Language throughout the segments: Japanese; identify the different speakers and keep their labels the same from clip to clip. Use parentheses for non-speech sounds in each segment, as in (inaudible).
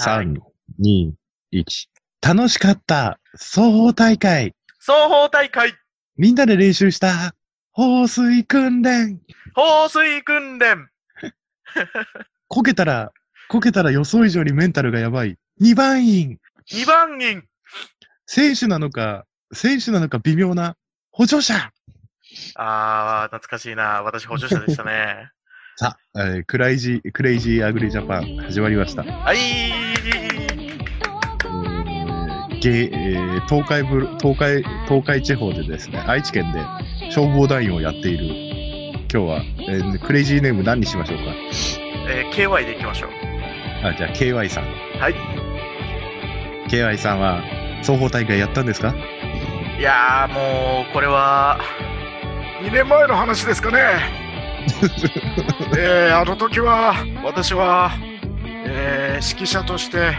Speaker 1: 3、2、1。楽しかった双方大会
Speaker 2: 双方大会、
Speaker 1: みんなで練習した放水訓練
Speaker 2: 放水訓練、
Speaker 1: こけたら、こけたら予想以上にメンタルがやばい。2番員
Speaker 2: 2番人、
Speaker 1: 選手なのか、選手なのか微妙な補助者
Speaker 2: あー、懐かしいな。私、補助者でしたね。
Speaker 1: さあ、えークライジー、クレイジーアグリジャパン始まりました。
Speaker 2: はい。
Speaker 1: ゲえー東海ブロ東海、東海地方でですね、愛知県で消防団員をやっている、今日は、えークレイジーネーム何にしましょう
Speaker 2: えー KY でいきましょう。
Speaker 1: かあ、じゃあ KY さん。
Speaker 2: はい。
Speaker 1: KY さんは、双方大会やったんですか
Speaker 2: いやー、もう、これは、
Speaker 3: 2年前の話ですかねえーあの時は私は、えー指揮者として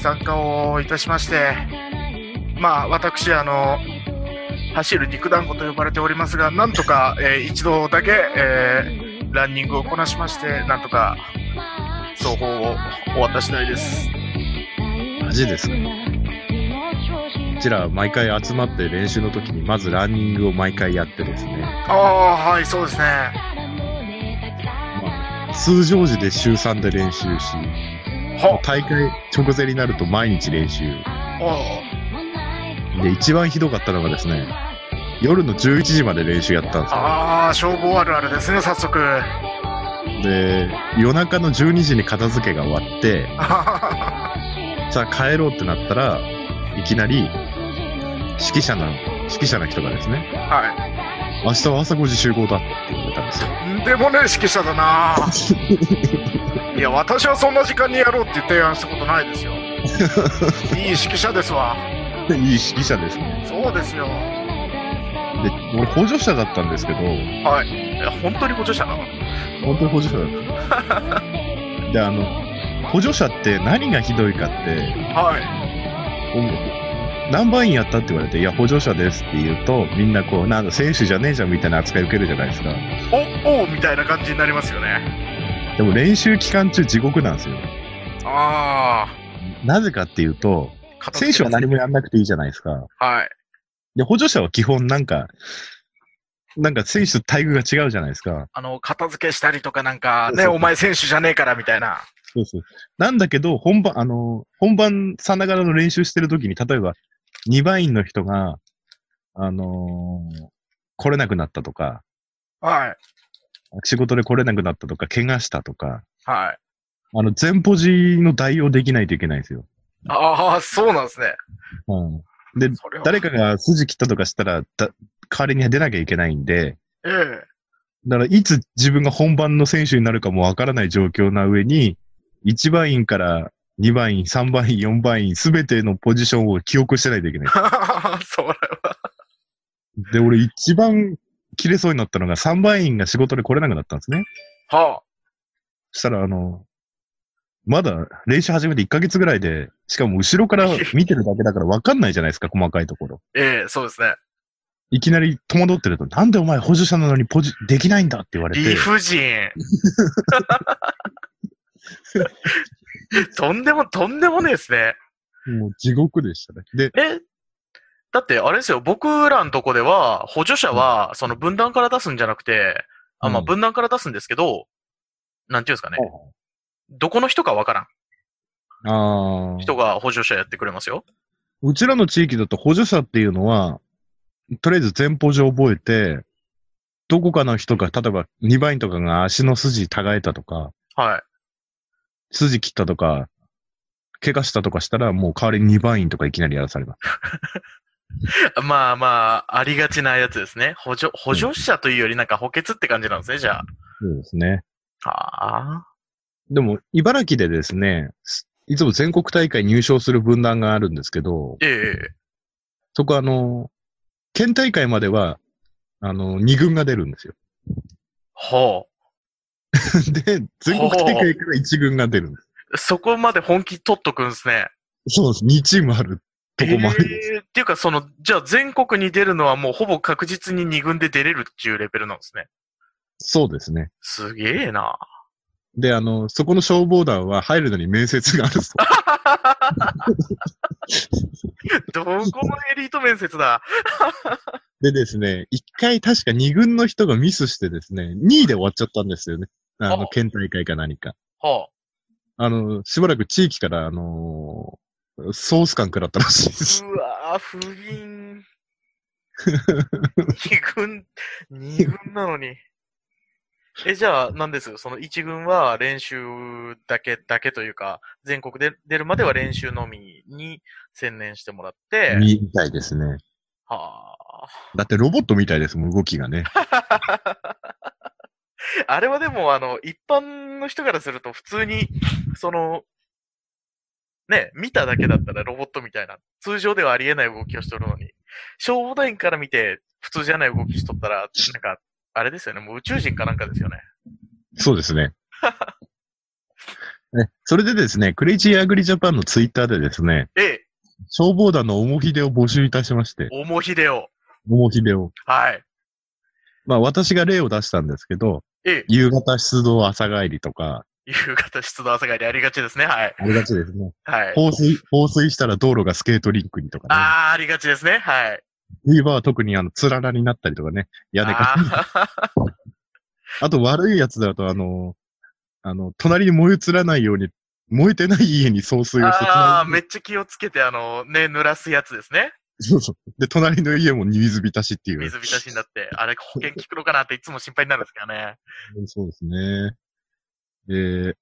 Speaker 3: 参加をいたしましてまあ私あの走る肉団子と呼ばれておりますがなんとか、えー一度だけ、えーランニングをこなしましてなんとか双方を終わった次第です
Speaker 1: マジですね。こちら、毎回集まって練習の時に、まずランニングを毎回やってですね、
Speaker 3: ああはいそうですね
Speaker 1: 通常時で週3で練習し、
Speaker 3: は
Speaker 1: 大会直前になると毎日練習。
Speaker 3: あ
Speaker 1: で、一番ひどかったのがですね、夜の11時まで練習やったんですよ。
Speaker 3: あー消防あるあるですね早速
Speaker 1: で、夜中の12時に片付けが終わって、さあ帰ろうってなったら、いきなり、指揮者の、指揮者の人がですね、
Speaker 3: は
Speaker 1: 明日は朝5時集合だって言われたんですよ。
Speaker 3: い。でもね、指揮者だ
Speaker 1: (laughs)
Speaker 3: な。いや、私はそんな時間にやろうって提案したことな
Speaker 1: (laughs)
Speaker 3: いですよ。いい指揮者ですわ。
Speaker 1: いい指揮者ですね。
Speaker 3: そうですよ。
Speaker 1: で、俺補助者だったんですけ
Speaker 3: (laughs)
Speaker 1: ど、
Speaker 3: はい。
Speaker 2: いや本当に補助者なの
Speaker 1: 本当に補助者だった。で、あの、補助者って何がひどいかって、
Speaker 3: はい。
Speaker 1: 音楽何番員やったって言われて、いや、補助者ですって言うと、みんなこう、なんだ、選手じゃねえじゃんみたいな扱い受けるじゃないですか。
Speaker 3: お、おうみたいな感じになりますよね。
Speaker 1: でも練習期間中地獄なんですよ。
Speaker 3: あ
Speaker 1: なぜかっていうと、
Speaker 3: あ。片付
Speaker 1: 選手
Speaker 3: け
Speaker 1: は何もやんなくていいじゃないですか。
Speaker 3: はい。
Speaker 1: で、補助者は基本なんか、なんか選手と待遇が違うじゃないですか。
Speaker 3: あの、片付けしたりとかなんか、
Speaker 1: そう
Speaker 3: ね、
Speaker 1: そう
Speaker 3: お前選手じゃねえからみたいな。
Speaker 1: そうそう。なんだけど、本番、あの、本番さながらの練習してるときに、例えば、2番員の人が、あのー来れなくなったとか、
Speaker 3: はい。
Speaker 1: 仕事で来れなくなったとか、怪我したとか、
Speaker 3: はい。
Speaker 1: あの、前ポジの代用できないといけないんですよ。
Speaker 3: ああ、そうなんですね。
Speaker 1: うん。で、
Speaker 3: それは
Speaker 1: 誰かが筋切ったとかしたら、だ代わりに出なきゃいけないんで、
Speaker 3: ええ (laughs)
Speaker 1: だからいつ自分が本番の選手になるかもわからない状況な上に、1番員から2番員、3番員、4番員、すべてのポジションを記憶してないといけない。
Speaker 3: それは。
Speaker 1: で、俺一番切れそうになったのが3番員が仕事で来れなくなったんですね。
Speaker 3: は
Speaker 1: そしたら、あの、まだ練習始めて1ヶ月ぐらいで、しかも後ろ
Speaker 2: (laughs)
Speaker 1: から見てるだけだからわかんないじゃないですか、細かいところ。
Speaker 3: あ。ええそうですね。
Speaker 1: いきなり戸惑ってると、なんでお前補助者なのにポジ、できないんだって言われて
Speaker 3: 理、
Speaker 2: (laughs)
Speaker 3: 不尽。とんでも、とんでもねえですね。
Speaker 1: もう地獄でしたね。で、
Speaker 2: えだって、あれですよ、僕らのとこでは、補助者は、その分断から出すんじゃなくて、あ、まあ
Speaker 1: うん
Speaker 2: 分断から出すんですけど、なんていうんですかね、どこの人かわからん
Speaker 1: あ
Speaker 2: 人が補助者やってくれますよ。
Speaker 1: うちらの地域だと補助者っていうのは、とりあえず前方上覚えて、どこかの人が、例えば2番員とかが足の筋違えたとか、
Speaker 2: はい。 (laughs)
Speaker 1: 筋切ったとか、怪我したとかしたら、もう代わりに2番員とかいきなりやらされます。
Speaker 2: まあまあ、ありがちなやつですね。補助、補助者というよりなんか補欠って感じなんですね、じゃ
Speaker 1: そうですね。
Speaker 2: あ。はあ。
Speaker 1: でも、茨城でですね、すいつも全国大会入賞する分断があるんですけど、
Speaker 2: ええ
Speaker 1: そこあの、県大会までは、あの、2軍が出るんですよ。 (laughs)
Speaker 2: ほ
Speaker 1: で、全国大会から1軍が出るんです。
Speaker 2: う。そこまで本気取っとくんですね。
Speaker 1: そうです。2チームあるとこもあるんです。
Speaker 2: えーっていうか、その、じゃあ全国に出るのはもうほぼ確実に2軍で出れるっていうレベルなんですね。
Speaker 1: そうですね。
Speaker 2: すげえな。 (laughs)
Speaker 1: で、あの、そこの消防団は入るのに面接があるそう
Speaker 2: どこもエリート面接だ。
Speaker 1: でですね、一回確か二軍の人がミスしてですね、2位で終わっちゃったんですよね。あ
Speaker 2: あ
Speaker 1: の、県大会か何か。
Speaker 2: は
Speaker 1: あの、しばらく地域から、あのーソース感食らったらしいです。
Speaker 2: あ、うわぁ、不
Speaker 1: (laughs)
Speaker 2: 倫。二軍、二軍なのに。え、じゃあ、なんですその一軍は練習だけ、だけというか、全国で出るまでは練習のみに専念してもらって、
Speaker 1: みたいですね。
Speaker 2: はあ。
Speaker 1: だってロボットみたいですもん、動きがね。
Speaker 2: あれはでも、あの、一般の人からすると、普通に、その、ね、見ただけだったらロボットみたいな、通常ではありえない動きをしとるのに、消防団員から見て、普通じゃない動きしとったら、なんか、あれですよね、もう宇宙人かなんかですよね。
Speaker 1: そうですね。ねそれでですね、クレイジーアグリジャパンのツイッターでですね、
Speaker 2: ええ、
Speaker 1: 消防団の重ひでを募集いたしまして、
Speaker 2: 重ひでを。
Speaker 1: 重ひでを。
Speaker 2: はい。
Speaker 1: まあ私が例を出したんですけど、
Speaker 2: ええ、
Speaker 1: 夕方出動朝帰りとか、
Speaker 2: 夕方出動朝帰りありがちですね、はい。
Speaker 1: ありがちですね。
Speaker 2: はい。
Speaker 1: 放水、放水したら道路がスケートリンクにとかね。
Speaker 2: あー、ありがちですね、はい。
Speaker 1: 冬場は特にあの、つららになったりとかね、屋根が。
Speaker 2: あ
Speaker 1: あと悪いやつだと、あの、あの、隣に燃え移らないように、燃えてない家に送水
Speaker 2: ー
Speaker 1: をして、
Speaker 2: あー、
Speaker 1: 隣
Speaker 2: (laughs)
Speaker 1: に
Speaker 2: めっちゃ気をつけて、あの、ね、濡らすやつですね。
Speaker 1: そうそう。で、隣の家も水浸しっていう。
Speaker 2: 水浸しになって、あれ保険効くのかなっていつも心配になるんですけどね。
Speaker 1: そうですね。えー、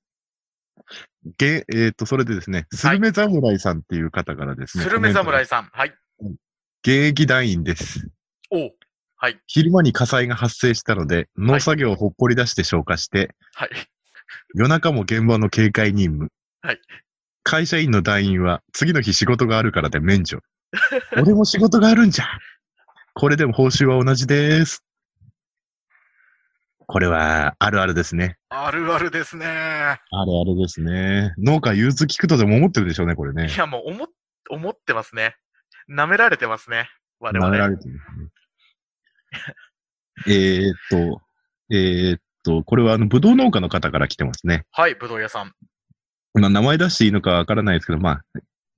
Speaker 1: げ、えっと、それでですね、スルメ侍さんっていう方からですね。
Speaker 2: スルメ侍さん。はい。
Speaker 1: コメントで。現役団員です。
Speaker 2: おうはい。
Speaker 1: 昼間に火災が発生したので、農作業をほっぽり出して消火して、
Speaker 2: はい。
Speaker 1: 夜中も現場の警戒任務。
Speaker 2: はい。
Speaker 1: 会社員の団員は次の日仕事があるからで
Speaker 2: (laughs)
Speaker 1: 免除。俺も仕事があるんじゃ。これでも報酬は同じです。これはあるあるですね。
Speaker 3: あるあるですね。
Speaker 1: あるあるですね。農家融通聞くとでも思ってるでしょうね、これね
Speaker 2: い。や、もう思っ、思ってますね。舐められてますね。我
Speaker 1: 舐めら
Speaker 2: 々。
Speaker 1: れてる、ね。 (laughs) えーっと、えーっと、これはあの、ぶどう農家の方から来てますね。
Speaker 2: はい、ぶどう屋さん。
Speaker 1: まあ、名前出していいのかわからないですけど、まあ、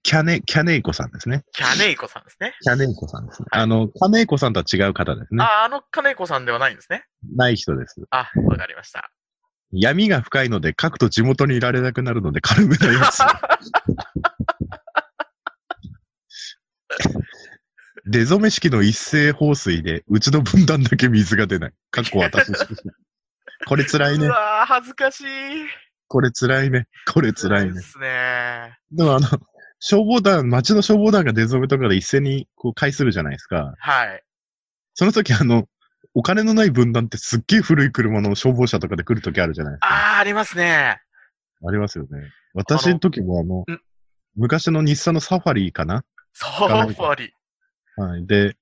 Speaker 1: キャネ、キャネイコさんですね。
Speaker 2: キャネイコさんですね。
Speaker 1: カネイコさんですね。あの、カネイコさんとは違う方ですね。
Speaker 2: ああ、あのカネイコさんではないんですね。
Speaker 1: ない人です。
Speaker 2: あ、わかりました。
Speaker 1: 闇が深いので、書くと地元にいられなくなるので、軽めなや
Speaker 2: (laughs)
Speaker 1: つ。出初め式の一斉放水で、うちの分断だけ水が出ない。かっこ私の式。これ辛いう
Speaker 2: (laughs)
Speaker 1: ね。
Speaker 2: わー、恥ずかしい。
Speaker 1: これ辛いね。これ辛い
Speaker 2: で
Speaker 1: ね。
Speaker 2: すね。
Speaker 1: でもあの、消防団、町の消防団が出初めとかで一斉にこう、会するじゃないですか。
Speaker 2: はい。
Speaker 1: その時あの、お金のない分断ってすっげえ古い車の消防車とかで来る時あるじゃないですか。
Speaker 2: ああ、ありますね。
Speaker 1: ありますよね。私の時もあの、
Speaker 2: うん
Speaker 1: 昔の日産のサファリかな
Speaker 2: サーファリ。
Speaker 1: はい。で、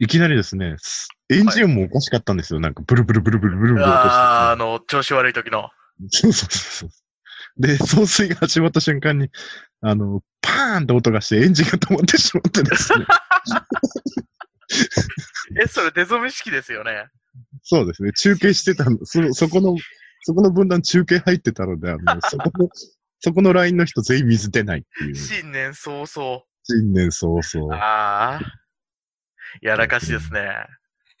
Speaker 1: いきなりですね、すエンジン音もおかしかったんですよ。なんか、ブルブルブルブルブルブル音
Speaker 2: ああ、あの、調子悪い時の。
Speaker 1: してて。そうそうそうそう。で、送水が始まった瞬間に、あの、パーンって音がしてエンジンが止まってしまってですね。
Speaker 2: え、それ出初め式ですよね。
Speaker 1: そうですね。中継してたの、そ、そこの、そこの分断中継入ってたので、あの、そこの、そこのラインの人全員水出ないっていう。
Speaker 2: 新年早々。
Speaker 1: 新年早々。
Speaker 2: ああ。やらかしですね。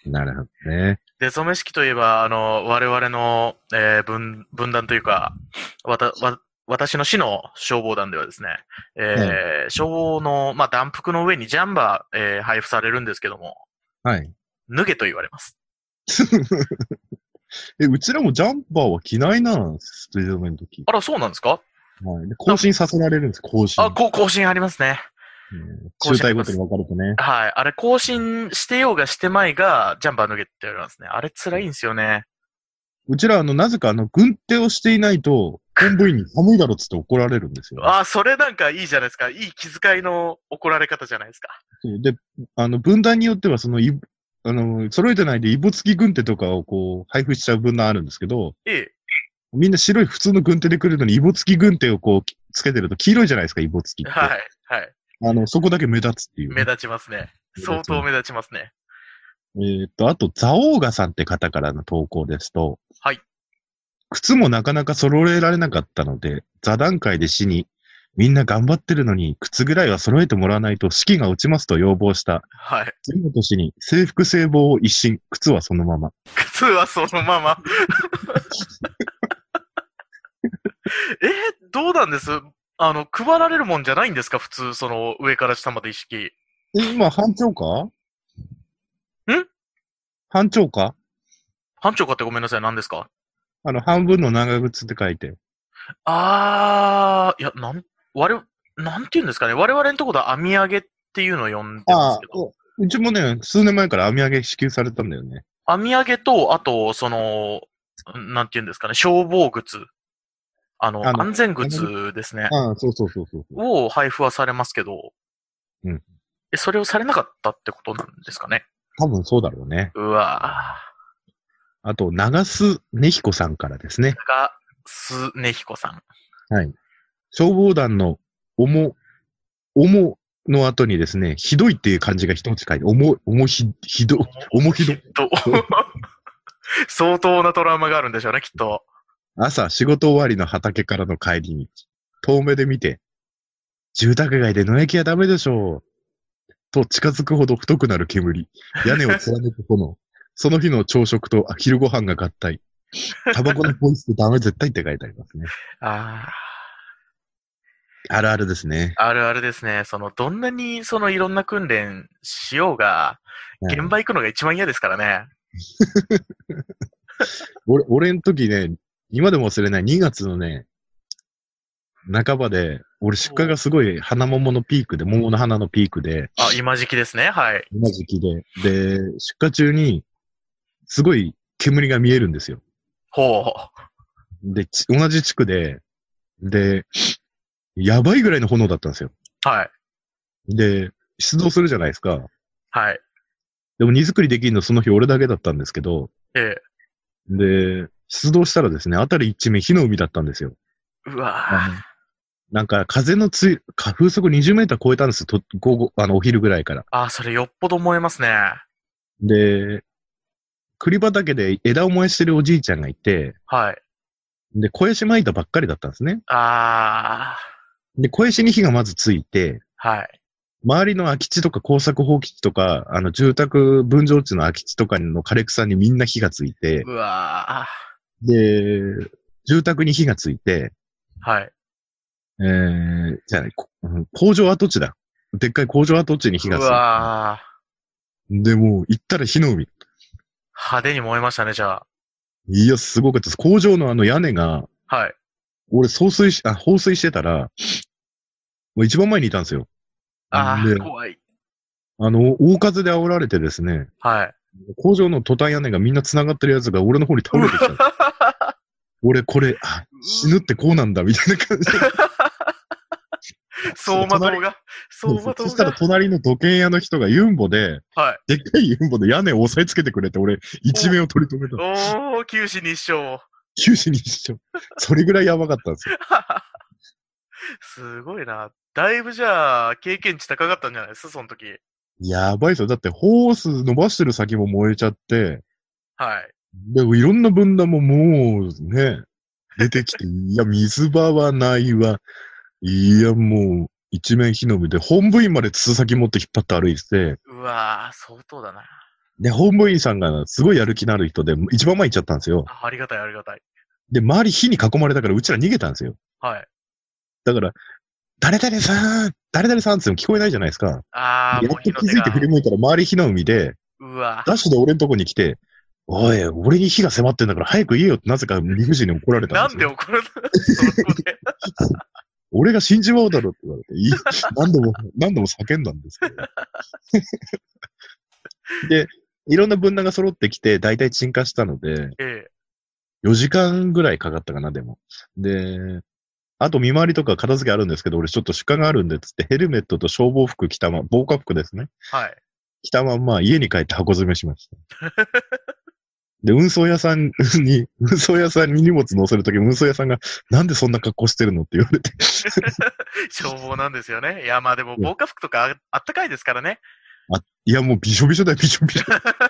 Speaker 1: なるほどね。
Speaker 2: 出初め式といえば、あの、我々の、えー分、分断というか、わた、わ、私の市の消防団ではですね、えー消防の、まあ、断服の上にジャンバー、えー配布されるんですけども、
Speaker 1: はい。
Speaker 2: 脱げと言われます。
Speaker 1: え、うちらもジャンパーは着ないな、スピードメの時。
Speaker 2: あら、そうなんですか
Speaker 1: はい。で更新させられるんです、更新。
Speaker 2: あ、こう、更新ありますね。
Speaker 1: うん
Speaker 2: 更新
Speaker 1: 中退ごとに分かれてね。
Speaker 2: はい。あれ、更新してようがしてまいが、ジャンバー脱げって言われますね。あれ、辛いんですよね。
Speaker 1: うちら、あの、なぜか、あの、軍手をしていな
Speaker 2: (laughs)
Speaker 1: いと、本部員に寒いだろっつって怒られるんですよ。
Speaker 2: ああ、それなんかいいじゃないですか。いい気遣いの怒られ方じゃないですか。
Speaker 1: そうで、あの、分断によっては、その、いあの、揃えてないで、イボ付き軍手とかをこう、配布しちゃう分断あるんですけど、
Speaker 2: ええ。
Speaker 1: みんな白い普通の軍手で来るのに、イボ付き軍手をこう、つけてると黄色いじゃないですか、イボ付きって。
Speaker 2: はい、はい。
Speaker 1: あの、そこだけ目立つっていうね、
Speaker 2: 目立ちますね。相当目立ちますね。
Speaker 1: えーっと、あと、ザオーガさんって方からの投稿ですと、
Speaker 2: はい。
Speaker 1: 靴もなかなか揃えられなかったので、座談会で市に、みんな頑張ってるのに靴ぐらいは揃えてもらわないと式が落ちますと要望した。
Speaker 2: はい。 (laughs)
Speaker 1: 次の年に制服制帽を一新、靴はそのまま。
Speaker 2: 靴はそのま (laughs) ま。え、どうなんですあの、配られるもんじゃないんですか普通、その、上から下まで意識。
Speaker 1: え、今、班長か
Speaker 2: ん
Speaker 1: 班長か
Speaker 2: 班長かってごめんなさい、何ですか
Speaker 1: あの、半分の長靴って書いて。
Speaker 2: あー、いや、なん、我々、なんて言うんですかね。我々のところでは網上げっていうのを呼んでま
Speaker 1: あ
Speaker 2: す
Speaker 1: あ
Speaker 2: け、ど、
Speaker 1: おうちもね、数年前から網上げ支給されたんだよね。
Speaker 2: 網上げと、あと、その、なんて言うんですかね、消防靴。あの、
Speaker 1: あの
Speaker 2: 安全靴ですね。
Speaker 1: ああ、そうそうそうそうそう。
Speaker 2: を配布はされますけど、
Speaker 1: うん
Speaker 2: え、それをされなかったってことなんですかね。
Speaker 1: 多分そうだろうね。
Speaker 2: うわ
Speaker 1: あと、長須根彦さんからですね。
Speaker 2: ぁ。が、すねひこさん。
Speaker 1: はい。消防団の、おも、おもの後にですね、ひどいっていう漢字が一つ書いて、おも、おもひ、ひど、おもひど。 (laughs)
Speaker 2: と、相当なトラウマがあるんでしょうね、きっと。
Speaker 1: 朝、仕事終わりの畑からの帰り道。遠目で見て、住宅街で野焼きはダメでしょう。と近づくほど太くなる煙。屋根を貫く炎。その日の朝食と昼ご飯が合体。タバコのポイ捨てダメ絶対って書いてありますね。
Speaker 2: あ
Speaker 1: あるあるで
Speaker 2: (laughs)
Speaker 1: すね。
Speaker 2: あ、あるあるですね。その、どんなに、その、いろんな訓練しようが、
Speaker 1: はい
Speaker 2: 現場行くのが一番嫌ですからね。
Speaker 1: 俺、俺の時ね、今でも忘れない2月のね、半ばで、俺出荷がすごい花桃のピークで、桃の花のピークで、
Speaker 2: あ、今時期ですね、はい。
Speaker 1: 今時期で、で、出荷中に、すごい煙が見えるんですよ。
Speaker 2: ほ
Speaker 1: で、ち同じ地区で、で、やばいぐらいの炎だったんですよ。
Speaker 2: う。はい。
Speaker 1: で、出動するじゃないですか。
Speaker 2: はい。
Speaker 1: でも荷造りできるのその日俺だけだったんですけど、
Speaker 2: え
Speaker 1: で、出動したらですね、あたり一面火の海だったんですよ。
Speaker 2: え。うわぁ。
Speaker 1: あのなんか風のつい、か風速20メーター超えたんですよ、と午後、あの、お昼ぐらいから。
Speaker 2: あ、それよっぽど燃えますね。
Speaker 1: で、栗畑で枝を燃やしてるおじいちゃんがいて、
Speaker 2: はい。
Speaker 1: で、小石撒いたばっかりだったんですね。
Speaker 2: ああ、
Speaker 1: で、小石に火がまずついて、
Speaker 2: はい。
Speaker 1: 周りの空き地とか工作放棄地とか、あの、住宅分譲地の空き地とかの枯れ草にみんな火がついて、
Speaker 2: うわ
Speaker 1: で、住宅に火がついて、
Speaker 2: ーはい。
Speaker 1: えー、じゃない、こうん工場跡地だ。でっかい工場跡地に火
Speaker 2: う
Speaker 1: が
Speaker 2: わ
Speaker 1: ついて。で、もう行ったら火の海。
Speaker 2: ー派手に燃えましたね、じゃ
Speaker 1: いや、すごかったです。工場のあの屋根が、
Speaker 2: あ。はい。
Speaker 1: 俺、送水し、あ、放水してたら、もう一番前にいたんですよ。
Speaker 2: あ
Speaker 1: ね
Speaker 2: あ、怖い。
Speaker 1: あの、大風で煽られてですね、 (laughs)
Speaker 2: はい。
Speaker 1: 工場のトタン屋根がみんな繋がってるやつが俺の方に倒れてき
Speaker 2: (laughs)
Speaker 1: た。俺、これ、あ死ぬってこうなんだ、みたいな感じで。
Speaker 2: 相馬灯が、相馬灯
Speaker 1: そしたら
Speaker 2: が。
Speaker 1: 隣の時計屋の人がユンボで、
Speaker 2: はい。
Speaker 1: でっかいユンボで屋根を押さえつけてくれて、俺、一面を取り留めた。
Speaker 2: おー、九死に一生。 (laughs)
Speaker 1: 九死に一生。それぐらいやばかったんですよ。
Speaker 2: すごいな。だいぶじゃあ、経験値高かったんじゃないですその時。
Speaker 1: やばいですよ。だって、ホース伸ばしてる先も燃えちゃって、
Speaker 2: はい。
Speaker 1: でもいろんな分断ももうね、出てきて、いや、水場はないわ。いや、もう、一面火の海で、本部員まで筒先持って引っ張って歩いてて、
Speaker 2: うわー、相当だな。
Speaker 1: で、本部員さんがすごいやる気のある人で、一番前行っちゃったんですよ。
Speaker 2: あありがたい、ありがたい。
Speaker 1: で、周り火に囲まれたから、うちら逃げたんですよ。
Speaker 2: はい。
Speaker 1: だから、誰々さん、誰々さんって言っても聞こえないじゃないですか。
Speaker 2: あ
Speaker 1: や
Speaker 2: ー、
Speaker 1: っ
Speaker 2: もう
Speaker 1: と気
Speaker 2: 火の手
Speaker 1: づい
Speaker 2: が
Speaker 1: て振り向いたら、周り火の海で、
Speaker 2: うわ
Speaker 1: ダッシュで俺のとこに来て、おい、俺に火が迫ってんだから早く言えよってなぜか理不尽に怒られた
Speaker 2: なん
Speaker 1: です
Speaker 2: ん
Speaker 1: よ
Speaker 2: で。怒るのそこで。
Speaker 1: 俺が死んじまうだろって言われて、い何度も、何度も叫んだんですけど。 (laughs) で、いろんな分断が揃ってきて、大体鎮火したので、
Speaker 2: ええ。
Speaker 1: 4時間ぐらいかかったかな、でも。で、あと見回りとか片付けあるんですけど、俺ちょっと出荷があるんで、つってヘルメットと消防服着たま、防火服ですね。
Speaker 2: (laughs) はい。
Speaker 1: 着たまんま家に帰って箱詰めしました。で、運送屋さんに、運送屋さんに荷物乗せるとき、運送屋さんが、なんでそんな格好してるのって言われて、
Speaker 2: 消防なんですよね。いや、まあでも防火服とかああったかいですからね。
Speaker 1: いや、もうびしょびしょだよ、びしょびしょ。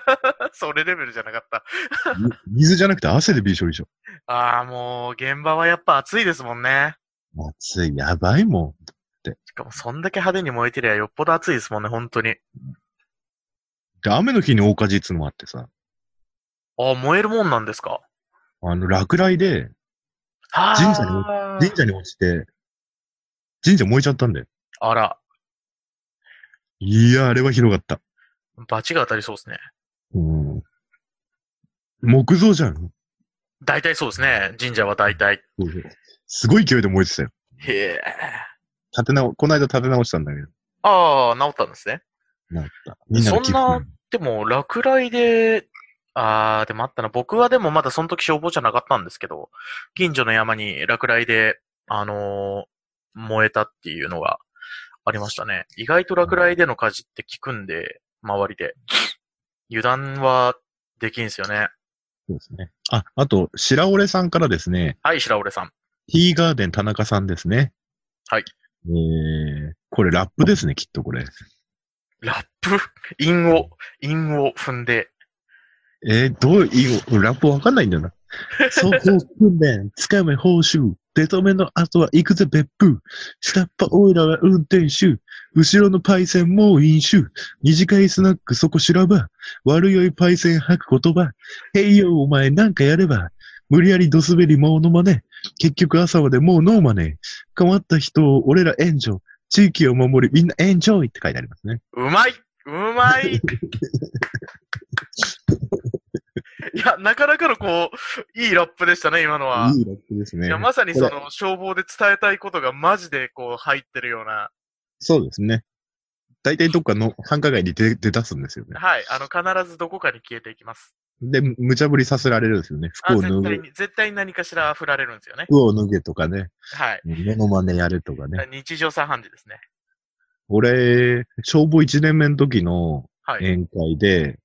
Speaker 2: (laughs) それレベルじゃなかった。
Speaker 1: (laughs) 水じゃなくて汗でびしょびしょ。
Speaker 2: ああ、もう、現場はやっぱ暑いですもんね。
Speaker 1: 暑い、やばいも
Speaker 2: しかも、そんだけ派手に燃えてりゃよっぽど暑いですもんね、本当に。
Speaker 1: ん。で、雨の日に大火事っつうのもあってさ、
Speaker 2: ああ、燃えるもんなんですか
Speaker 1: あの、落雷で
Speaker 2: あ
Speaker 1: 神社に
Speaker 2: あ
Speaker 1: 神社に落ちて、神社燃えちゃったんだよ。
Speaker 2: あら、
Speaker 1: いや、あれはひどかった。
Speaker 2: 罰が当たりそうですね。
Speaker 1: うん。木造じゃん。
Speaker 2: 大体そうですね、神社は大体。
Speaker 1: すごい勢いで燃えてたよ。
Speaker 2: へえ。
Speaker 1: 立て直、この間立て直したんだけど。
Speaker 2: ああ、治ったんですね。
Speaker 1: なった。みんなの寄付
Speaker 2: そんなでも、落雷で、ああ、でもあったな。僕はでもまだその時消防じゃなかったんですけど、近所の山に落雷で、あのー燃えたっていうのがありましたね。意外と落雷での火事って聞くんで、周りで。油断はできんすよね。
Speaker 1: そうですね。あ、あと、白折さんからですね、
Speaker 2: はい、白織さん。
Speaker 1: ティーガーデン田中さんですね。
Speaker 2: はい。
Speaker 1: えー、これラップですね、きっとこれ。
Speaker 2: ラップ韻を、韻を踏んで。
Speaker 1: えー、どういう、ラップわかんないんだよな。走行訓練、つかめ報酬、出止めの後は行くぜ別府、下っ端オイラは運転手、後ろのパイセンもう飲酒、短いスナックそこ修羅場、悪酔いパイセン吐く言葉、へいよお前なんかやれば、無理やりドスベリモノマネ、結局朝までもうノーマネ、困った人を俺ら援助、地域を守りみんなエンジョイって書いてありますね。
Speaker 2: うまいうまいいや、なかなかのこう、いいラップでしたね、今のは。
Speaker 1: いいラップですね
Speaker 2: いや、まさにそ
Speaker 1: こ
Speaker 2: の消防で伝えたいことがマジでこう入ってるような、
Speaker 1: そうですね。大体どっかの繁華街に出出だすんですよね。
Speaker 2: はい、あの、必ずどこかに消えていきます。
Speaker 1: で、無茶ぶりさせられるんですよね。
Speaker 2: あ
Speaker 1: 服を脱
Speaker 2: 絶
Speaker 1: げ
Speaker 2: 対、に、絶対に何かしら振られるんですよね。
Speaker 1: 服を脱げとかね、
Speaker 2: はい。
Speaker 1: モノマネやれとかね。
Speaker 2: 日常茶飯事ですね。
Speaker 1: 俺、消防1年目の時の
Speaker 2: はい。
Speaker 1: 宴会で、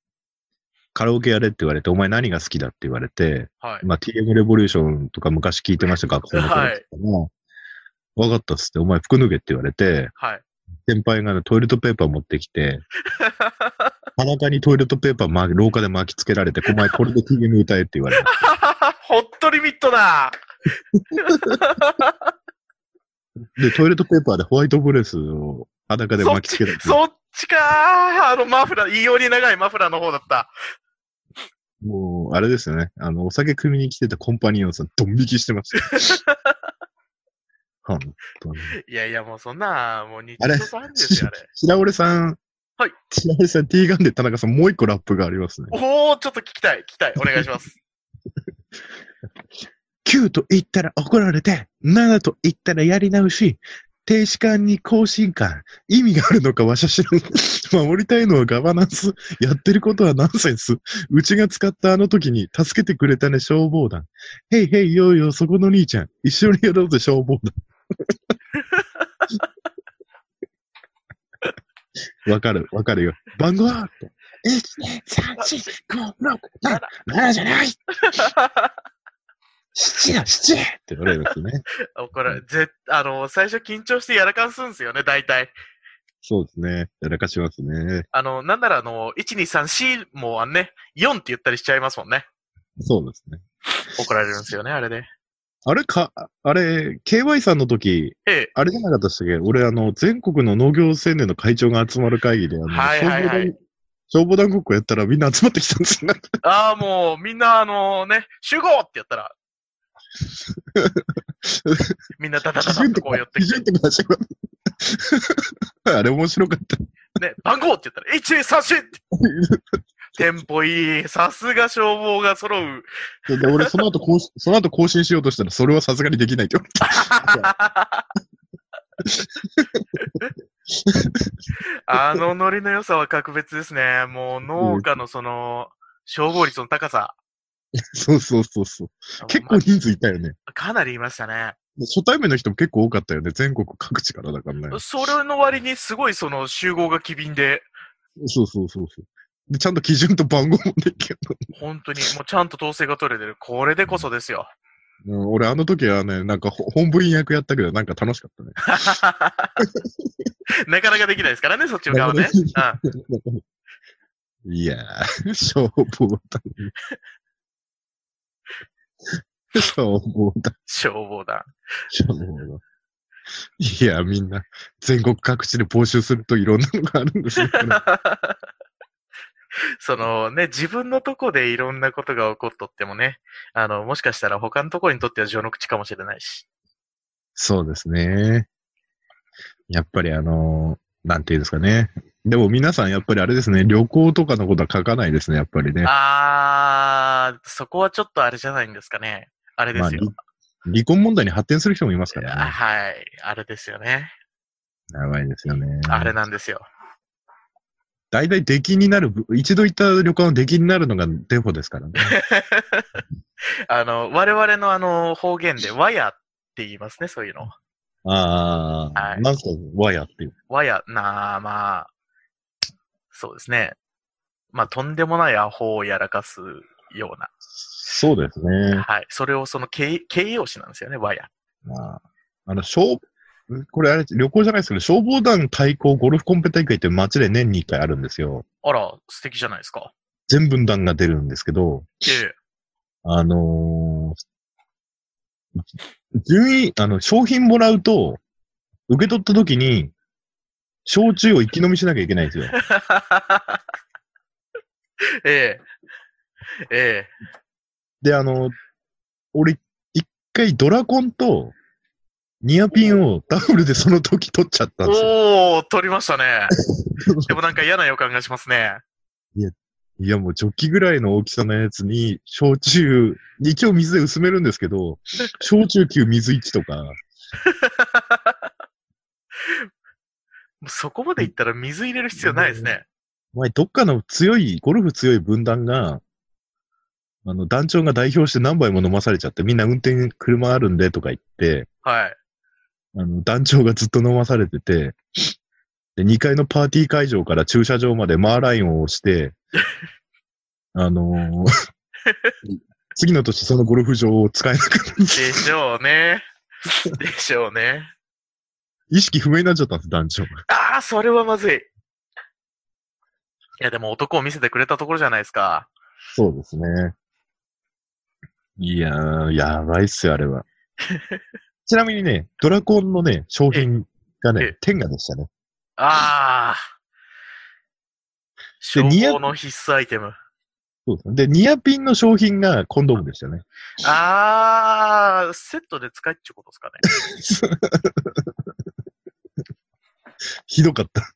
Speaker 1: カラオケやれって言われて、お前何が好きだって言われて、
Speaker 2: はい。
Speaker 1: まあ TM レボリューションとか昔聞いてました、学生の頃
Speaker 2: はい
Speaker 1: とかも、わかったっつって、お前服脱げって言われて、
Speaker 2: はい。 (laughs)
Speaker 1: 先輩がね、トイレットペーパー持ってきて、裸にトイレットペーパーま、廊下で巻きつけられて、お前これで TM 歌えって言われた。
Speaker 2: ホットリミットだ
Speaker 1: で、トイレットペーパーでホワイトブレスを裸で
Speaker 2: そっ
Speaker 1: 巻きつけ
Speaker 2: ち
Speaker 1: られ、て、
Speaker 2: そっちかーあのマフラー、異様に長いマフラーの方だった。
Speaker 1: もう、あれですよね。あの、お酒組みに来てたコンパニオンさん、ドン引きしてま
Speaker 2: (laughs)
Speaker 1: した。本当に。
Speaker 2: いやいや、もうそんな、もう日
Speaker 1: あれ
Speaker 2: 常茶飯事ですよ、
Speaker 1: (laughs)
Speaker 2: あれ。
Speaker 1: 白織さん。
Speaker 2: はい。
Speaker 1: 白織さん、T ガンで田中さん、もう一個ラップがありますね。
Speaker 2: おおちょっと聞きたい、聞きたい。お願いし
Speaker 1: (laughs)
Speaker 2: ます。
Speaker 1: 9と言ったら怒られて、7と言ったらやり直し、停止感に更新感、意味があるのかわしゃ知らん。守 (laughs) りたいのはガバナンス。やってることはナンセンス。うちが使ったあの時に助けてくれたね、消防団。へいへいよいよ、そこの兄ちゃん。一緒にやろうぜ、消防団。 (laughs) わかる、わかるよ。番号はって。1,2,3,4,5,6,7,7じゃない七だ、七って言われるんですね。
Speaker 2: これ、ぜ、あの、最初緊張してやらかすんですよね、大体。
Speaker 1: そうですね。やらかしますね。
Speaker 2: あの、なんならあの、1、2、3、4もあんね、4って言ったりしちゃいますもんね。
Speaker 1: そうですね。
Speaker 2: 怒られるんですよね、あれで。
Speaker 1: あれか、あれ、KY さんの時、
Speaker 2: ええ。
Speaker 1: あれじゃなかったでしたっけ俺、あの、全国の農業青年の会長が集まる会議で、あの、
Speaker 2: はいはいはい
Speaker 1: 消防団、消防団ごっこやったらみんな集まってきたん
Speaker 2: (laughs)
Speaker 1: ですよ。
Speaker 2: ああ、もう、みんなあのね、集合ってやった
Speaker 1: (laughs)
Speaker 2: ら、みんなダダダダってこう寄って
Speaker 1: 基
Speaker 2: きて
Speaker 1: 準、とか出してくる (laughs) あれ面白かった。
Speaker 2: ね、番号って言ったら、1、2、3、4! ってテンポいい。さすが消防が揃う。
Speaker 1: で俺、その後更新、その後更新しようとしたら、それはさすがにできないって言われ
Speaker 2: あのノリの良さは格別ですね。もう農家のその、消防率の高さ。
Speaker 1: た。そうそうそうそう。結構人数いたよね。
Speaker 2: かなりいましたね。
Speaker 1: 初対面の人も結構多かったよね。全国各地からだからね。
Speaker 2: それの割にすごいその集合が機敏で、
Speaker 1: そうそうそうそう。で、ちゃんと基準と番号もできる
Speaker 2: 本当にもうちゃんと統制が取れてる。これでこそです
Speaker 1: (laughs)
Speaker 2: よ。
Speaker 1: の。うん、俺、あの時はね、なんかほ本部員役やったけど、なんか楽しかったね。 (laughs)
Speaker 2: なかなかできないですからね、そっちの側ね。うん
Speaker 1: いやー、 (laughs) 消防団。 (laughs) 消防団。
Speaker 2: 消防団。 (laughs)
Speaker 1: 消防団。いや、みんな、全国各地で募集するといろんなのがあるんですよ。これ
Speaker 2: そのね、自分のとこでいろんなことが起こっとってもね、あの、もしかしたら他のとこにとっては序の口かもしれないし。
Speaker 1: そうですね。やっぱりあのーなんていうんですかね。でも皆さんやっぱりあれですね、旅行とかのことは書かないですね、やっぱりね。
Speaker 2: あー、そこはちょっとあれじゃないんですかね。あれで
Speaker 1: まあ、
Speaker 2: す
Speaker 1: 離
Speaker 2: よ。
Speaker 1: 離婚問題に発展する人もいますから
Speaker 2: あ
Speaker 1: ね。
Speaker 2: はい。あれですよね。
Speaker 1: やばいですよね。
Speaker 2: あれなんですよ。
Speaker 1: 大体出禁になる、一度行った旅館は出禁になるのがデフォで
Speaker 2: (laughs)
Speaker 1: すからね。
Speaker 2: あの、我々のあの、方言で、和やって言いますね、そういうの。
Speaker 1: ああ、
Speaker 2: はい
Speaker 1: なんか、わやっていう。
Speaker 2: 和や、なあ、まあ、そうですね。まあ、とんでもないアホをやらかすよう
Speaker 1: そうですね
Speaker 2: な。。はい。それをその形形容詞なんですよね、和や。
Speaker 1: まあ、あの、消、これあれ、旅行じゃないですけど、消防団対抗ゴルフコンペ大会って街で年に1回あるんですよ。
Speaker 2: あら、素敵じゃないですか。
Speaker 1: 全分団が出るんですけど、
Speaker 2: ええ。
Speaker 1: あのー順位、あの、商品もらうと、受け取った時に、焼酎を一気飲みしなきゃいけないんですよ。
Speaker 2: え (laughs) え。え
Speaker 1: で、あの、俺、一回ドラコンと、ニアピンをダブルでその時取っちゃっ
Speaker 2: え。
Speaker 1: たんですよ。
Speaker 2: おー、取りました
Speaker 1: (laughs)
Speaker 2: ね。でもなんか嫌な予感がしますね。
Speaker 1: いや、もうジョッキぐらいの大きさのやつに、焼酎、一応水で薄めるんですけど、焼酎級水1とか、
Speaker 2: もうそこまで行ったら水入れる必要ないですね。
Speaker 1: お前、どっかの強い、ゴルフ強い分断が、あの、団長が代表して何杯も飲まされちゃって、みんな運転、車あるんでとか言って、
Speaker 2: はい。
Speaker 1: あの、団長がずっと飲まされてて、で、2階のパーティー会場から駐車場までマーライオンを押して、あのー次の年そのゴルフ場を使えなくなり
Speaker 2: で、しょうね。でしょうね。
Speaker 1: 意識不明になっちゃったんです、団長が。
Speaker 2: ああ、それはまずい。いや、でも男を見せてくれたところじゃないですか。
Speaker 1: そうですね。いやー、やばいっすよ、あれは。 (laughs) ちなみにね、ドラコンのね、商品が
Speaker 2: え
Speaker 1: ね、天下でしたね。
Speaker 2: ああ。
Speaker 1: で
Speaker 2: 消防の必須アイテム。
Speaker 1: そうですね。で、ニアピンの商品がコンドームでしたね。 (laughs)
Speaker 2: ああ、セットで使えっちゅうことですかね。
Speaker 1: ひどか (laughs) った。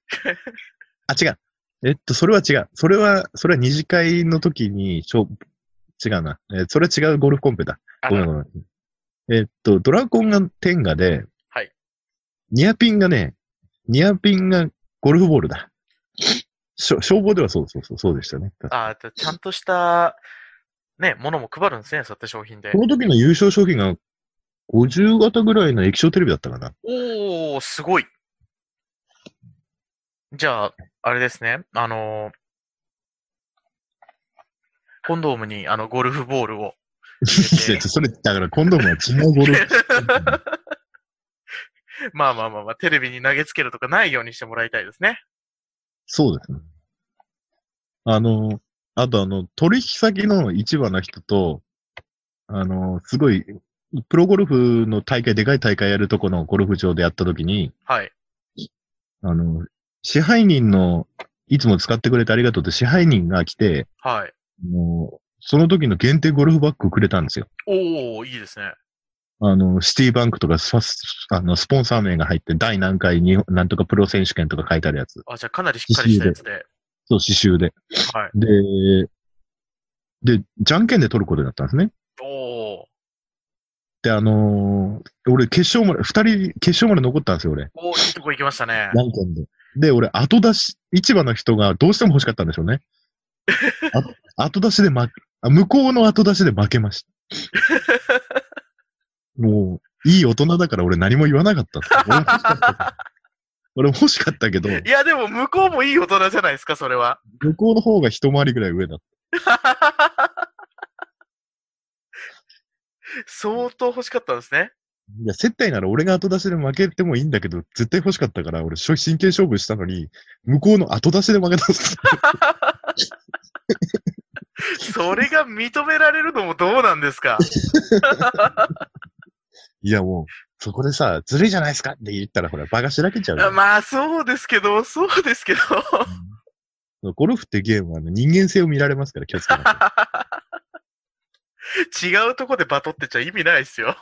Speaker 1: あ、違う。えっと、それは違う。それは、それは二次会の時に、しょ違うな。えーそれは違うゴルフコンペだ。
Speaker 2: あ
Speaker 1: ごめんごめん。えっと、ドラゴンが天下で、
Speaker 2: はい。
Speaker 1: ニアピンがね、ニアピンがゴルフボールだ。しょ消防ではそうそうそう、そうでしたね。
Speaker 2: あーちゃんとした、ね、ものも配るんですね、そうやって商品で
Speaker 1: こ。の時の優勝賞金が50型ぐらいの液晶テレビだったかな。
Speaker 2: おー、すごい。じゃあ、あれですね、あのーコンドームにあのゴルフボールを。
Speaker 1: (laughs) いやそれ、だから今度も違うゴル
Speaker 2: (laughs)
Speaker 1: フ。
Speaker 2: まあまあまあまあ、テレビに投げつけるとかないようにしてもらいたいですね。
Speaker 1: そうですね。あの、あとあの、取引先の市場の人と、あの、すごい、プロゴルフの大会、でかい大会やるとこのゴルフ場でやった時に、
Speaker 2: はい。
Speaker 1: あの、支配人の、いつも使ってくれてありがとうって支配人が来て、
Speaker 2: はい。
Speaker 1: もう、その時の限定ゴルフバッグくれたんですよ。
Speaker 2: おー、いいですね。
Speaker 1: あの、シティバンクとかスパス、あの、スポンサー名が入って、第何回に、なんとかプロ選手権とか書いてあるやつ。
Speaker 2: あ、じゃあかなりしっかりしたやつで。
Speaker 1: そう、刺繍で。
Speaker 2: はい。
Speaker 1: で、で、じゃんけんで取ることになったんですね。
Speaker 2: おー、
Speaker 1: で、あのー俺、決勝まで、二人、決勝まで残ったんですよ、俺。
Speaker 2: おー、いいとこ行きましたね。
Speaker 1: じゃんけんで。で、俺、後出し、市場の人がどうしても欲しかったんでしょう
Speaker 2: (laughs)
Speaker 1: ね。あ後出しで負け、あ向こうの後出しで負け
Speaker 2: (laughs)
Speaker 1: ました。もう、いい大人だから俺何も言わなかったっす。俺欲しかった
Speaker 2: (laughs)
Speaker 1: けど。俺欲しかったけど、
Speaker 2: いや、でも向こうもいい大人じゃないですか、それは。
Speaker 1: 向こうの方が一回りぐらい上だっ
Speaker 2: 相当欲しかったんですね。
Speaker 1: た。いや、接待なら俺が後出しで負けてもいいんだけど、絶対欲しかったから、俺、真剣勝負したのに、向こうの後出しで負けたっす。
Speaker 2: それが認められるのもどうなんですか
Speaker 1: (laughs) いやもう、そこでさ、ずるいじゃないですかって言ったら、ほら、場がしらけちゃうよ、
Speaker 2: まあ、そうですけど、そうですけど。
Speaker 1: うんゴルフってゲームはあの人間性を見られますから、気をつけないと
Speaker 2: 違うとこでバトってちゃ意味ないですよ。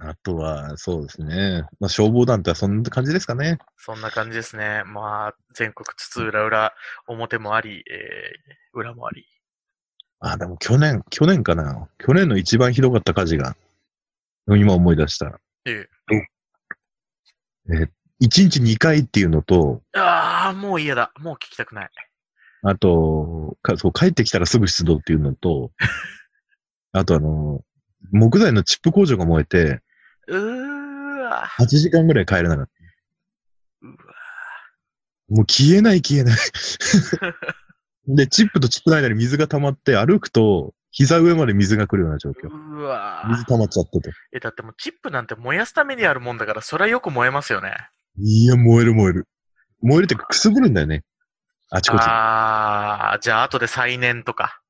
Speaker 1: あとは、そうですね。まあ、消防団ってそんな感じですかね。
Speaker 2: そんな感じですね。まあ、全国津々浦々、表もあり、えー、裏もあり。
Speaker 1: あ、でも去年、去年かな。去年の一番ひどかった火事が、今思い出した。
Speaker 2: え
Speaker 1: えー一日二回っていうのと、
Speaker 2: ああ、もう嫌だ。もう聞きたくない。
Speaker 1: あと、かそう帰ってきたらすぐ出動っていうのと、 (laughs) あとあの、木材のチップ工場が燃えて、
Speaker 2: うーわ。
Speaker 1: 8時間ぐらい帰れなかった。
Speaker 2: うわ
Speaker 1: もう消えない
Speaker 2: (laughs)
Speaker 1: 消えない。で、チップとチップの間に水が溜まって、歩くと、膝上まで水が来るような状況。
Speaker 2: うわ
Speaker 1: 水溜まっちゃってて。
Speaker 2: え、だってもうチップなんて燃やすためにあるもんだから、それはよく燃えますよね。
Speaker 1: いや、燃える燃える。燃えるってかくすぶるんだよね。あちこち。
Speaker 2: ああ、じゃあ後で再燃とか。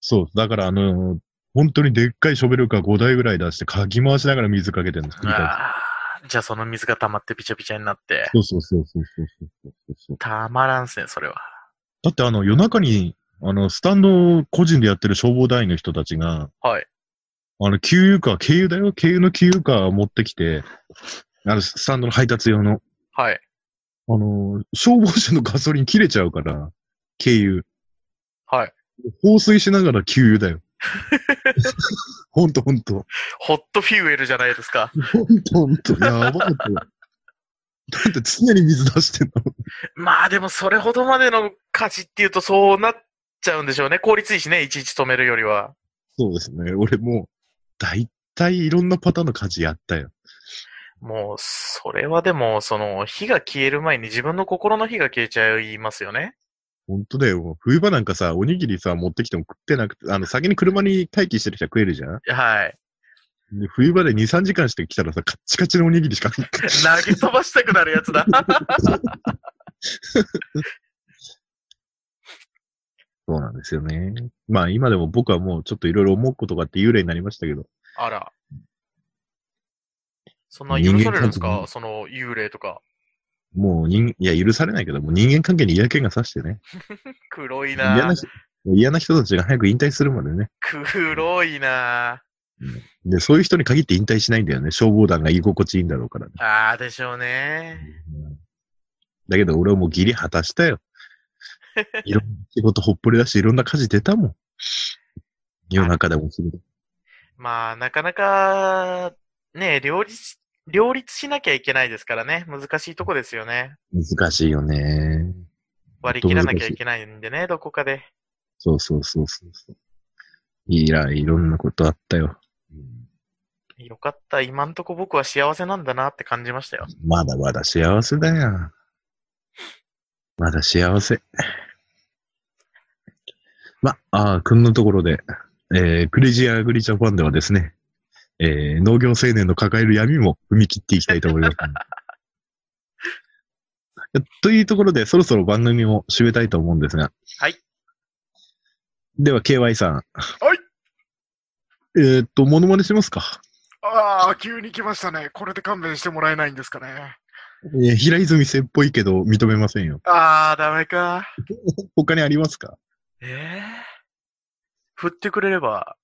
Speaker 1: そう。だから、あのー本当にでっかいショベルカー5台ぐらい出して、かき回しながら水かけてるんです。繰り返し
Speaker 2: あーじゃあその水が溜まってびちゃびちゃになって。
Speaker 1: そうそうそうそうそうそうそうそう。
Speaker 2: たまらんっすね、それは。
Speaker 1: だって、あの、夜中に、あの、スタンドを個人でやってる消防団員の人たちが、
Speaker 2: はい。
Speaker 1: あの、給油カー、軽油だよ、軽油の給油カーを持ってきて、あの、スタンドの配達用の、
Speaker 2: はい。
Speaker 1: あのー消防車のガソリン切れちゃうから、軽油。
Speaker 2: はい。
Speaker 1: 放水しながら給油
Speaker 2: (laughs)
Speaker 1: だよ。ほんとほんと。
Speaker 2: ホットフューエルじゃないですか。
Speaker 1: ほんとほんと。やばいって。だって常に水出してんの。
Speaker 2: まあでもそれほどまでの価値っていうとそうなっちゃうんでしょうね。効率いいしね、いちいち止めるよりは。
Speaker 1: そうですね。俺もう、だいたいいろんなパターンの家事やったよ。
Speaker 2: もう、それはでも、その、火が消える前に自分の心の火が消えちゃいますよね。
Speaker 1: ほんとだよ。冬場なんかさ、おにぎりさ、持ってきても食ってなくて、あの、先に車に待機してる人は食えるじゃん
Speaker 2: はい。
Speaker 1: で冬場で2、3時間してきたらさ、カッチカチのおにぎりしかな
Speaker 2: (laughs)
Speaker 1: いから。
Speaker 2: 投げ飛ばしたくなるやつだ。
Speaker 1: そうなんですよね。まあ今でも僕はもうちょっといろいろ思うことがあって幽霊になりましたけど。
Speaker 2: (laughs) あら。そんな許されるんです
Speaker 1: 人間関
Speaker 2: か
Speaker 1: 係
Speaker 2: その幽霊とか。
Speaker 1: もう人、いや許されないけど、もう人間関係に嫌気がさしてね。
Speaker 2: 黒い
Speaker 1: 嫌
Speaker 2: な
Speaker 1: な人、嫌な人たちが早く引退するまでね。
Speaker 2: 黒いな
Speaker 1: で、そういう人に限って引退しないんだよね。消防団が居心地いいんだろうからね。
Speaker 2: ああ、でしょうね。
Speaker 1: うんだけど俺はもうギリ果たしたよ。いろんな仕事ほっぽりだし、いろんな家事出たもん。夜中でもすぐ。
Speaker 2: まあ、なかなか、ね、両立、両立しなきゃいけないですからね。難しいとこですよね。
Speaker 1: 難しいよね。
Speaker 2: 割り切らなきゃいけないんでね、どこかで。
Speaker 1: そうそうそうそうそう。いや、いろんなことあったよ。
Speaker 2: よかった。今んとこ僕は幸せなんだなって感じましたよ。
Speaker 1: まだまだ幸せだよ。まだ幸せ。ま、あーくんのところで、えー、クレイジーアグリジャパンではですね、えー、農業青年の抱える闇も踏み切っていきたいと思います。 (laughs) というところで、そろそろ番組を締めたいと思うんですが。
Speaker 2: はい。
Speaker 1: では、KY さん。
Speaker 3: はい。
Speaker 1: えーっと、モノマネしますか。
Speaker 3: ああ、急に来ましたね。これで勘弁してもらえないんですかね。
Speaker 1: えー平泉せっぽいけど認めませんよ。
Speaker 2: ああ、ダメか。
Speaker 1: (laughs) 他にありますか
Speaker 2: ええ振ってくれれば。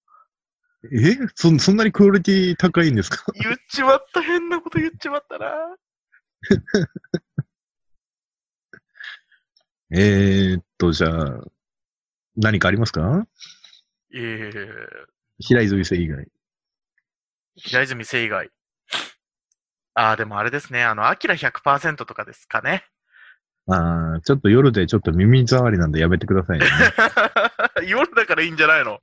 Speaker 1: えそそんなにクオリティ高いんですか (laughs)
Speaker 2: 言っちまった、変なこと言っちまったな。
Speaker 1: えーっと、じゃあ、何かありますか
Speaker 2: いえいえいえ、
Speaker 1: 平泉せ以外。
Speaker 2: 平泉聖以外。ああ、でもあれですね。あの、アキラ100%とかですかね。
Speaker 1: あーちょっと夜でちょっと耳障りなんでやめてくださいね。
Speaker 2: 夜だからいいんじゃないの (laughs)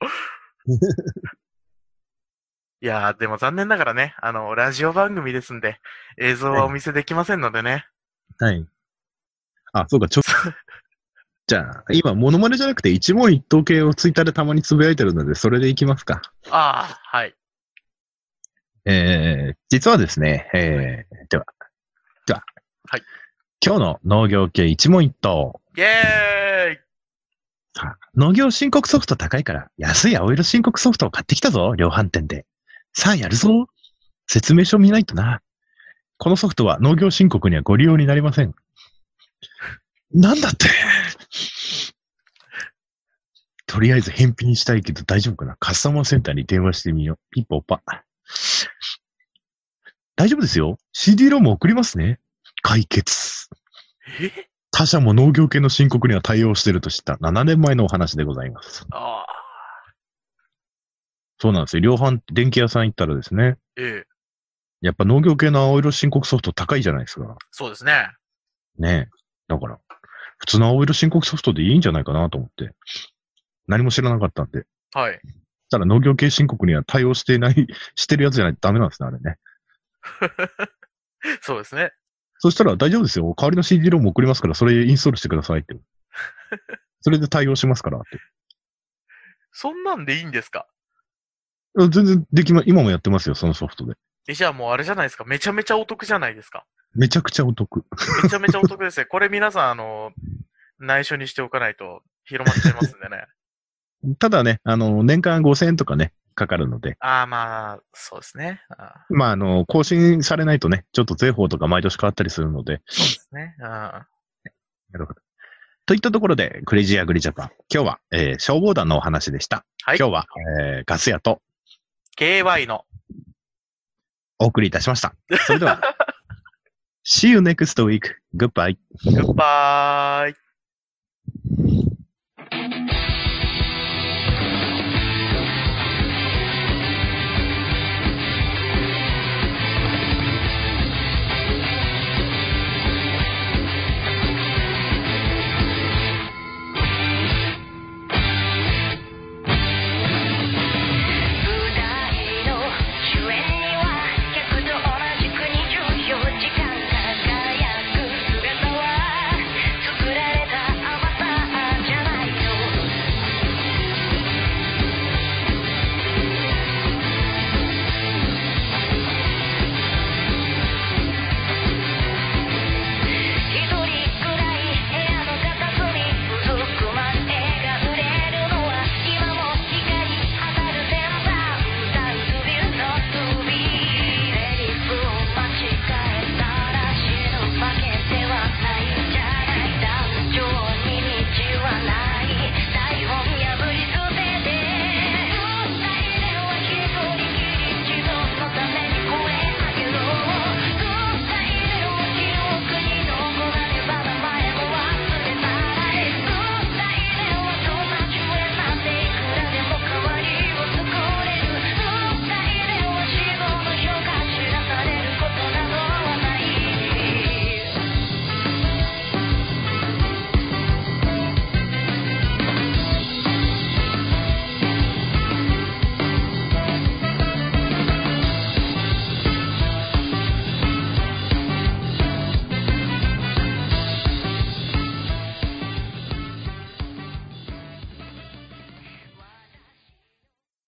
Speaker 2: いやー、でも残念ながらね、あの、ラジオ番組ですんで、映像はお見せできませんのでね。
Speaker 1: はい。あ、そうか、ちょ、 (laughs) じゃあ、今、モノマネじゃなくて一問一答系をツイッターでたまにつぶやいてるので、それでいきますか。
Speaker 2: ああ、はい。
Speaker 1: えー、実はですね、えー、では、では、
Speaker 2: はい。
Speaker 1: 今日の農業系一問一答。
Speaker 2: イェーイ
Speaker 1: さあ農業申告ソフト高いから、安い青色申告ソフトを買ってきたぞ、量販店で。さあ、やるぞ。説明書見ないとな。このソフトは農業申告にはご利用になりません。なんだってとりあえず返品したいけど大丈夫かなカスタマーセンターに電話してみよう。ピッポッパ。大丈夫ですよ。CD ローム送りますね。解決。
Speaker 2: え
Speaker 1: 他社も農業系の申告には対応してると知った7年前のお話でございます。
Speaker 2: ああ。
Speaker 1: そうなんですよ。量販、電気屋さん行ったらですね、
Speaker 2: ええ。
Speaker 1: やっぱ農業系の青色申告ソフト高いじゃないですか。
Speaker 2: そうですね。
Speaker 1: ねえ。だから、普通の青色申告ソフトでいいんじゃないかなと思って。何も知らなかったんで。
Speaker 2: はい。
Speaker 1: ただ農業系申告には対応してい (laughs) ない、してるやつじゃないとダメなんですね、あれね。
Speaker 2: そうですね。
Speaker 1: そしたら大丈夫ですよ。代わりの CD ローム送りますから、それインストールしてくださいって。それで対応しますからって。
Speaker 2: そんなんでいいんですか
Speaker 1: 全然できま、今もやってますよ、そのソフトで。
Speaker 2: え、じゃあもうあれじゃないですか。めちゃめちゃお得じゃないですか。
Speaker 1: めちゃくちゃお得。
Speaker 2: めちゃめちゃお得ですね。これ皆さん、あの、内緒にしておかないと広まっちゃいますんでね。
Speaker 1: ただね、あの、年間5000円とかね、かかるので、
Speaker 2: ああ、まあ、そうですね。ああ
Speaker 1: まあ、あの、更新されないとね、ちょっと税法とか毎年変わったりするので、
Speaker 2: そうですね。あ
Speaker 1: なるほどといったところで、クレイジーアグリジャパン、今日は、えー消防団のお話でした。
Speaker 2: はい
Speaker 1: 今日は、えーガス屋と
Speaker 2: KY の。
Speaker 1: お送りいたしました。それ
Speaker 2: (laughs)
Speaker 1: では、See you next week. Goodbye.
Speaker 2: グッバイ。
Speaker 4: 「